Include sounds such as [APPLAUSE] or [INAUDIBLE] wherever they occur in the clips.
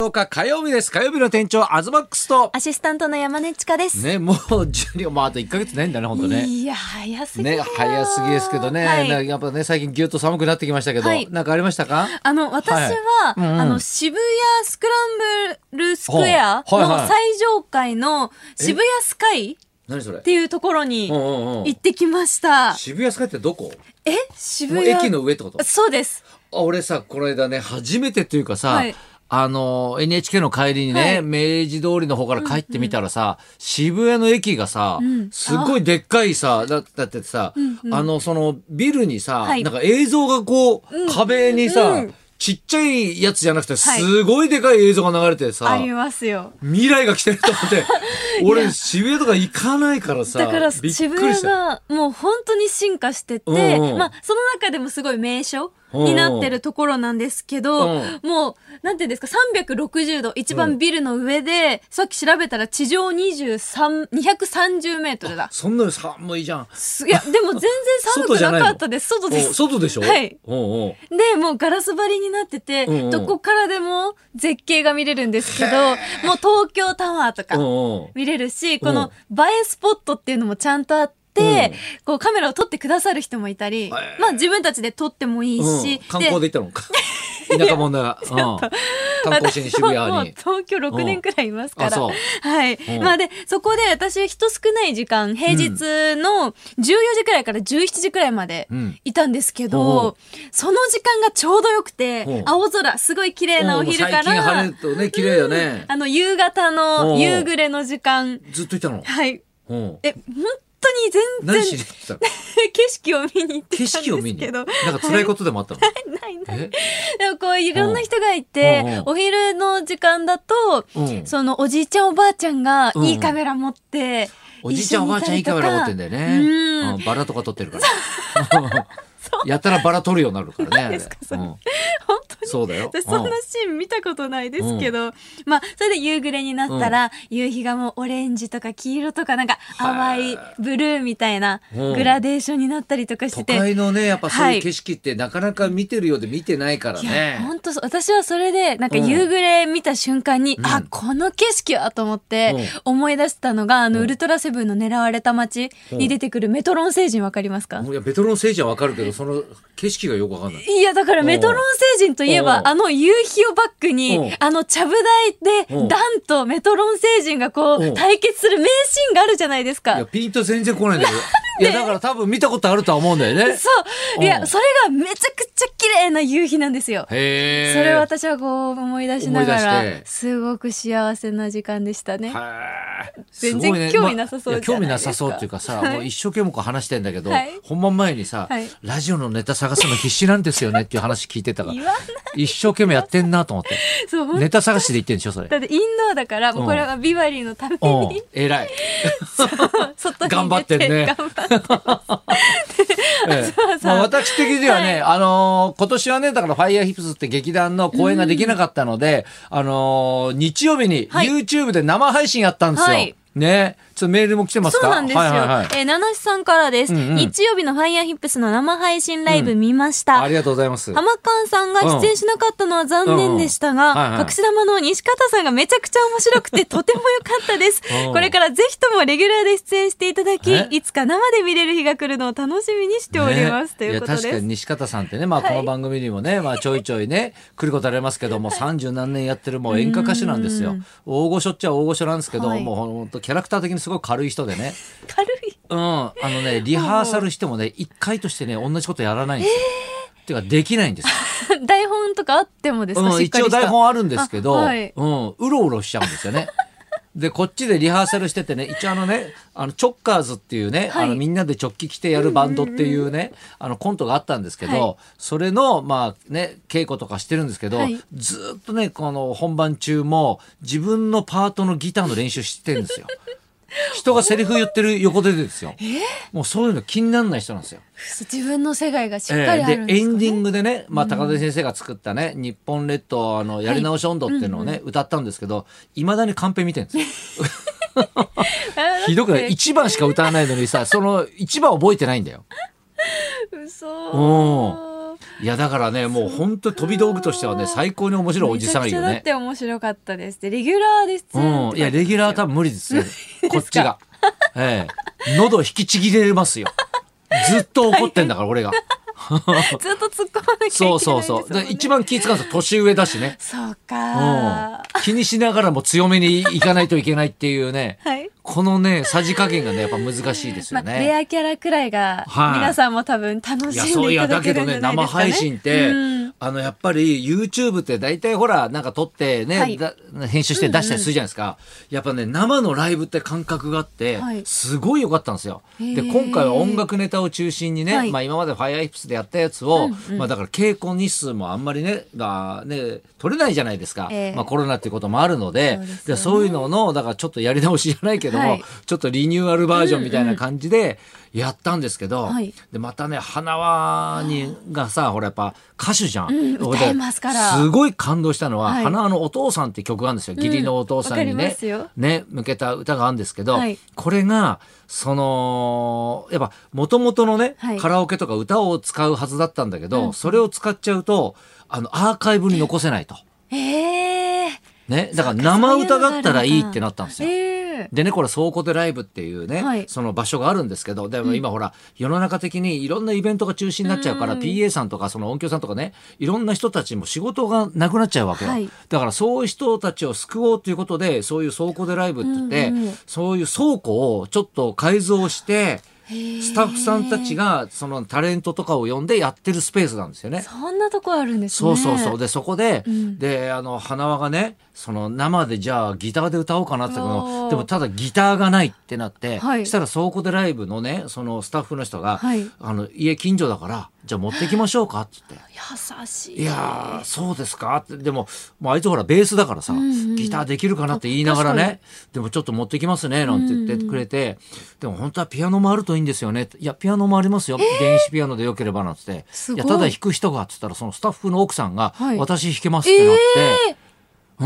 10日火曜日です。火曜日の店長、アズマックスと。アシスタントの山根千佳です。ね、もう10両、もうあと1ヶ月ないんだね、本当ね。いや、早すぎるね、よ早すぎですけどね、はいなやっぱね、最近ぎゅっと寒くなってきましたけど、はいなんかありましたかあの、私は、うんうんあの、渋谷スクランブルスクエアほうはいはのい最上階の渋谷スカイ何それっていうところにうんうんう行んっ。てきました。渋谷スカイってどこえ渋もう谷駅の上ってことそうです。あ俺さこの間ね初めてっていうかさ、はいあの NHK の帰りにね、はい明治通りの方から帰ってみたらさ、渋谷の駅がさ、んすっごいでっかいさだだってさ、あのそのビルにさ、はいなんか映像がこう、壁にさ、うんちっちゃいやつじゃなくてはいすごいでかい映像が流れてさ、ありますよ。未来が来てると思って [LAUGHS] 俺渋谷とか行かないからさだからびっ渋くり谷した。がもう本当に進化してて、うんうんまあその中でもすごい名所になってるところなんですけど、うんもうなんていうんですか360度一番ビルの上で、さっき調べたら地上23 230メートルだ。そんなの寒いじゃん。すいやでも全然寒外くじゃなないのかったです外でおす。外でしょはいおうおうで、もうガラス張りになってて、うんうんどこからでも絶景が見れるんで [LAUGHS] すけど、もう東京タワーとか、おうおう見れるし、この映えスポットっていうのもちゃんとあって、こうカメラを撮ってくださる人もいたり、ーまあ自分たちで撮ってもいいうし、ん、観光で行ったのか田舎者 [LAUGHS] が、うん、観光地に私渋 [LAUGHS] はもう谷に東京6年くらいいますかあら。そうはい。うんまあで、そこで私人少ない時間、平日の14時くらいから17時くらいまでうんいたんですけおうど、その時間がちょうどよおくうて、青空、すごい綺麗なお昼うかん最近晴れらる、とね綺麗よね、あの夕お方うおのう夕暮れの時間、ずっといたの、はい。うん、え、本当に全然何しに行ってたの景色を見に行って景きたん色をで見すに [LAUGHS] けなどん。か辛いことでも [LAUGHS] あったの、ないない。え、でもこういろんな人がいてうんうんうん、お昼の時間だと、うん、そのおじいちゃんおばあちゃんがうんうんいいカメラ持って、おじいちゃんおばあちゃんいいカメラ持ってんだよねうんバラとか撮ってるから [LAUGHS] やたらバラ撮るようになるからねあれですかそれうん、本当に。そうだよ私そんうなんシーン見たことないですけど、まあそれで夕暮れになったら、夕日がもうオレンジとか黄色とかなんか淡いブルーみたいなうんグラデーションになったりとかして都て、会のねやっぱそうはいいう景色ってなかなか見てるようで見てないからいや、ね本当そう私はそれで、なんかうん夕暮れ見た瞬間に、うんあ、この景色はと思って思い出したのが、あうの、んウルトラセブンの狙われた街に出てくるメトロン星人わかりますか、いやベトロン星人はわかるけどその景色がよくわかんないいや、だからメトロン星人といえうば、んあの夕日をバックうにん、あのちゃぶ台うんで、ダンとメトロン星人がこうう、ん対決する名シーンがあるじゃないですいかや、。ピンと全然来ないんだけど。いや、だから多分見たことあるとは思うんだよね。そう。いうや、んそれがめちゃくちゃ綺麗な夕日なんですよ。へえ。それを私はこう思い出しなが思い出しらてすごく幸せな時間でしたね。へえ。全す然ごいね興味なさそうまあいやじゃ興味ないなですかさそうっていうかさ、はいもう一生懸命こう話してんだけど、はい本番前にさ、はいラジオのネタ探すの必死なんですよねっていう話聞いてたから言、 [LAUGHS] わない。一生懸命やってんなと思って。そう、 [LAUGHS] 本当ネタ探しで言ってんでしょ、それ。だってインドアだから、もうこれはビバリーのためうんに、。偉い。外に出て頑張ってんね頑張ってえ [LAUGHS] そえうまあ、私的にはね、あのー今年はね、だから、ファイヤーヒップスって劇団の公演ができなかったので、あのー日曜日にはい YouTube で生配信やったんですよ。はいね。ちょっとメールも来てますそかうなんですよ。はいはいはい。えー、七七さんからです。うんうん日曜日のファイヤーヒップスの生配信ライブ見ました。ありがとうございます。浜川さんが出演しなかったのは残念でしたうんうんうんはいが、はい隠し玉の西方さんがめちゃくちゃ面白く [LAUGHS] てとても良かったですう。んこれからぜひともレギュラーで出演していただきね、いつか生で見れる日が来るのを楽しみにしております。ねということやです。確かに西方さんってね、まあ、この番組にもね、まあ、ちょいちょいね来ることありますけども三十何年やってるもう演歌歌手なんですよ大御所っちゃ大御所なんですけど、はいもう本当キャラクター的にすごい軽い人でね、軽い。うん、あのねリハーサルしてもね一回としてね同じことやらないんですよ。っていうかできないんですよ [LAUGHS] 台本とかあってもですか、うん、しっ一かり応した台本あるんですけど、あはいうん、うろうろしちゃうんです [LAUGHS] よね。で、こっちでリハーサルしててね、一応あのね、あの、チョッカーズっていうね、はいあの、みんなでチョッキ着てやるバンドっていうね、あの、コントがあったんですけど、はそれの、まあね、稽古とかしてるんですけど、はいずーっとね、この本番中も、自分のパートのギターの練習してるんですよ。人がセリフ言ってる横でです [LAUGHS] よ。もうそういうの気にならない人なんですよ。自分の世界がしっかりあるんえでえエすかね、ンディングでね、まあ、高田先生が作ったね「日本列島あのやり直し温度」っていうのをね、歌ったんですけどいまだにカンペ見てるんですよ [LAUGHS] ひどくない1番しか歌わないのにさその1番覚えてないんだよ嘘ういやだからねもう本当飛び道具としてはね最高に面白いおじさんがいめちゃるくちゃだっね。て面白かったですでレギュラーですうん、いやレギュラー多分無理です [LAUGHS] よこっちが、ええ、喉引きちぎれますよずっと怒ってんだから [LAUGHS] 俺がずっと突っ込まなきゃいけないんですそもんねうそうそうだから一番気使うのは年上だしね、そううかん、気にしながらも強めにいかないといけないっていうねはいこのねさじ加減がねやっぱ難しいですまよあ、ね、レアキャラくらいがはい皆さんも多分楽いしや、んそうでいいや、ただだけけどるんじね、ゃないで生すかね。配信って、うんあの、やっぱり YouTube って大体ほら、なんか撮ってね、はいだ編集して出したりするじゃないですか。やっぱね、生のライブって感覚があって、はいすごい良かったんですよ。へで、ー今回は音楽ネタを中心にね、はいまあ今まで FireHips でやったやつを、うんうんまあだから稽古日数もあんまりね、がね、取れないじゃないですか。ええまあコロナっていうこともあるので、そうでですよねそういうのの、だからちょっとやり直しじゃないけども、はいちょっとリニューアルバージョンみたいな感じでやったんですけど、はいでまたね花輪にがさほらやっぱ歌手じゃん、うん俺歌えますからすごい感動したのは「はい花輪のお父さん」って曲があるんですよ、ん義理のお父さんにわかりねますよね向けた歌があるんですけど、はいこれがそのやっぱもともとのね、はいカラオケとか歌を使うはずだったんだけど、うんそれを使っちゃうとあのアーカイブに残せないと。ええね、だから生歌だったらいいってなったんですよ。ええでね、これ、倉庫でライブっていうね、はいその場所があるんですけど、でも今ほら、世の中的にいろんなイベントが中止になっちゃうから、うん PA さんとか、その音響さんとかね、いろんな人たちも仕事がなくなっちゃうわけよ。はいだから、そういう人たちを救おうということで、そういう倉庫でライブって言って、うんうんそういう倉庫をちょっと改造して、へえスタッフさんたちが、そのタレントとかを呼んでやってるスペースなんですよね。そんなとこあるんですそね。うそうそう。で、そこで、うんで、あの、花輪がね、その生でじゃあギターで歌おうかなって言ったけどおーでもただギターがないってなって、はいしたら倉庫でライブのね、そのスタッフの人が、はいあの、家近所だから、じゃあ持ってきましょうかって言って。優しい。いやー、そうですかって、でも、もうあいつほら、ベースだからさ、うんうんギターできるかなって言いながらあ確ね、でもちょっと持ってきますね、なんて言ってくれて、でも本当はピアノもあるといいんですよね。いや、ピアノもありますよ。電子ピアノでよければなんつって。すごいや、ただ弾く人が、つったら、そのスタッフの奥さんが、はい私弾けますってなっえて、えう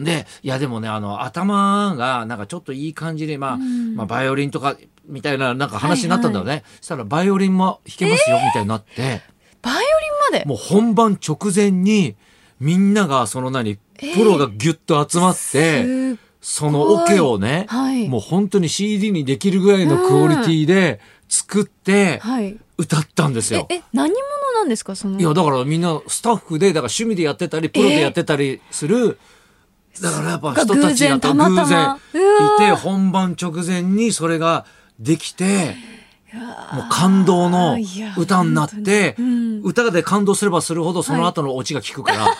ん。で、いやでもね、あの、頭が、なんかちょっといい感じで、まあ、んまあ、バイオリンとか、みたいな、なんか話になったんだよね。したら、バイオリンも弾けますよ、みたいになって。バイオリンまで。もう本番直前に、みんながその何、プロがギュッと集まって、すそのオケをね、はいもう本当に CD にできるぐらいのクオリティで作って、はい。歌ったんですえよ、。え、何者なんですかその。いや、だからみんなスタッフで、だから趣味でやってたり、プロでやってたりする、だからやっぱ人たちがと偶然たまたま偶然いうて、わ本番直前にそれができて、もう感動のいや歌になって、本当にうん歌で感動すればするほどその後のオチが効くから、 [LAUGHS]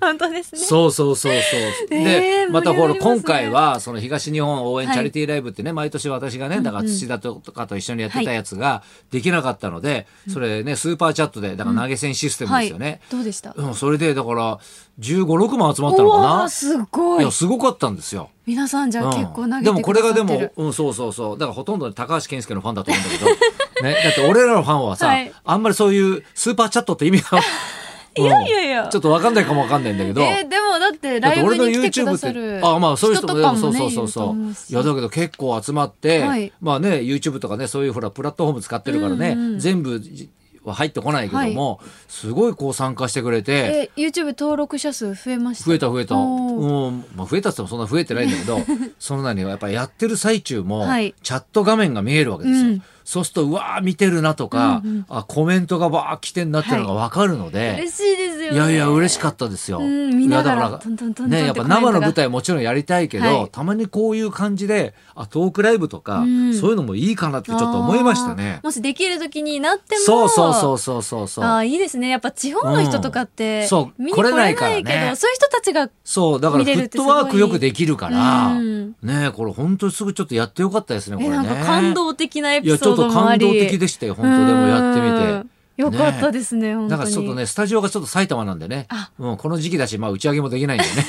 本当です [LAUGHS] ね。そうそうそうそう。 [LAUGHS] えで、ーまたほら、盛り上がりますね今回は、その東日本応援チはいャリティーライブってね、毎年私がね、だから土田とかと一緒にやってたやつができなかったので、それね、スーパーチャットで、だから投げ銭システムはでい。すよね。どうでしたうん、それで、だから、15、6万集まったうのかわなー、。すごいいや、。すごかったんですよ。皆さんじゃあうん結構投げてくださってる。でもこれがでも、うん、そうそうそう。だからほとんど高橋健介のファンだと思うんだけど。ね、 [LAUGHS] だって俺らのファンはさ、はいあんまりそういうスーパーチャットって意味が。い [LAUGHS] やいやいやちょっとわかんないかもわかんないんだけど。えーでもだってライブに来てくださるあまあそういう人もとかそもうねそういそうるとそ思ううしいやだけど結構集まって、はいまあね YouTube とかねそういうほらプラットフォーム使ってるからね、うんうん全部は入ってこないけども、すごいこう参加してくれてえ YouTube 登録者数増えました増えた増えた、おうーんまあ、増えたって言ってもそんな増えてないんだけ [LAUGHS] どそのなにやっぱりやってる最中も、はいチャット画面が見えるわけですよ、うんそうするとうわー見てるなとか、うんうんあコメントがわー来てんなっていうのがわかるので。嬉しいですよねいやいや、嬉しかったですよ。うん見ながらいやだトントントントンってね、やっぱコメント生のが舞台もちろんやりたいけど、はいたまにこういう感じで、あ、トークライブとか、うんそういうのもいいかなってちょっと思いましたねあー。もしできる時になってもそうそうそううそうそうそう。あーいいですねやっぱ地方の人とかっうてんそう見に来れないけど、来れないからねそういう人たちがそう、だからフ見れるッってすごトいワークよくできるから、うんね、これ本当にすぐちょっとやってよかったですね、こえれね。なんか感動的なエいピや、ちソょっとードもあ感り動的でしたよ、本当でもやってみて。てよかったですね本当だにからちょっとね、スタジオがちょっと埼玉なんでねあ、うん、この時期だし、まあ打ち上げもできないんで [LAUGHS] ね。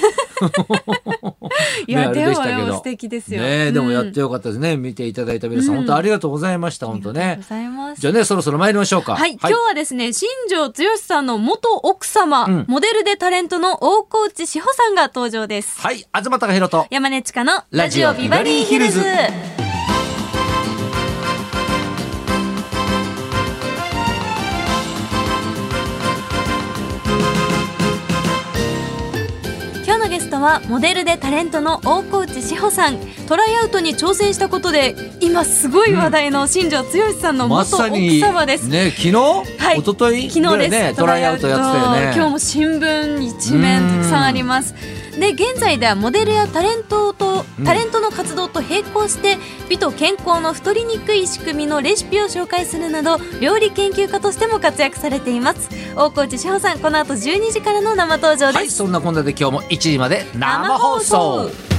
いや、ねあれででもしたけどでも素敵ですよねえでもやっうんてよかったですね、見ていただいた皆さん、うん本当ありがとうございましたあ本り当がとうねございますじゃあねそろそろ参りましょうかはい、今日はですね、新庄剛志さんの元奥様、うんモデルでタレントの大河内志保さんが登場です。はい東貴博と山根千佳のラジオビバリーヒルズ。はモデルでタレントの大河内志保さんトライアウトに挑戦したことで今すごい話題の新庄剛志さんのま元さ奥に様です、ね昨日、はい一昨日昨日です、ぐらいねトライアウトやってたよね今日も新聞一面たくさんありますで現在ではモデルやタレントとうんタレントの活動と並行して美と健康の太りにくい仕組みのレシピを紹介するなど料理研究家としても活躍されています大河内志保さんこの後12時からの生登場です、はいそんなこんなで今日も1時まで生放送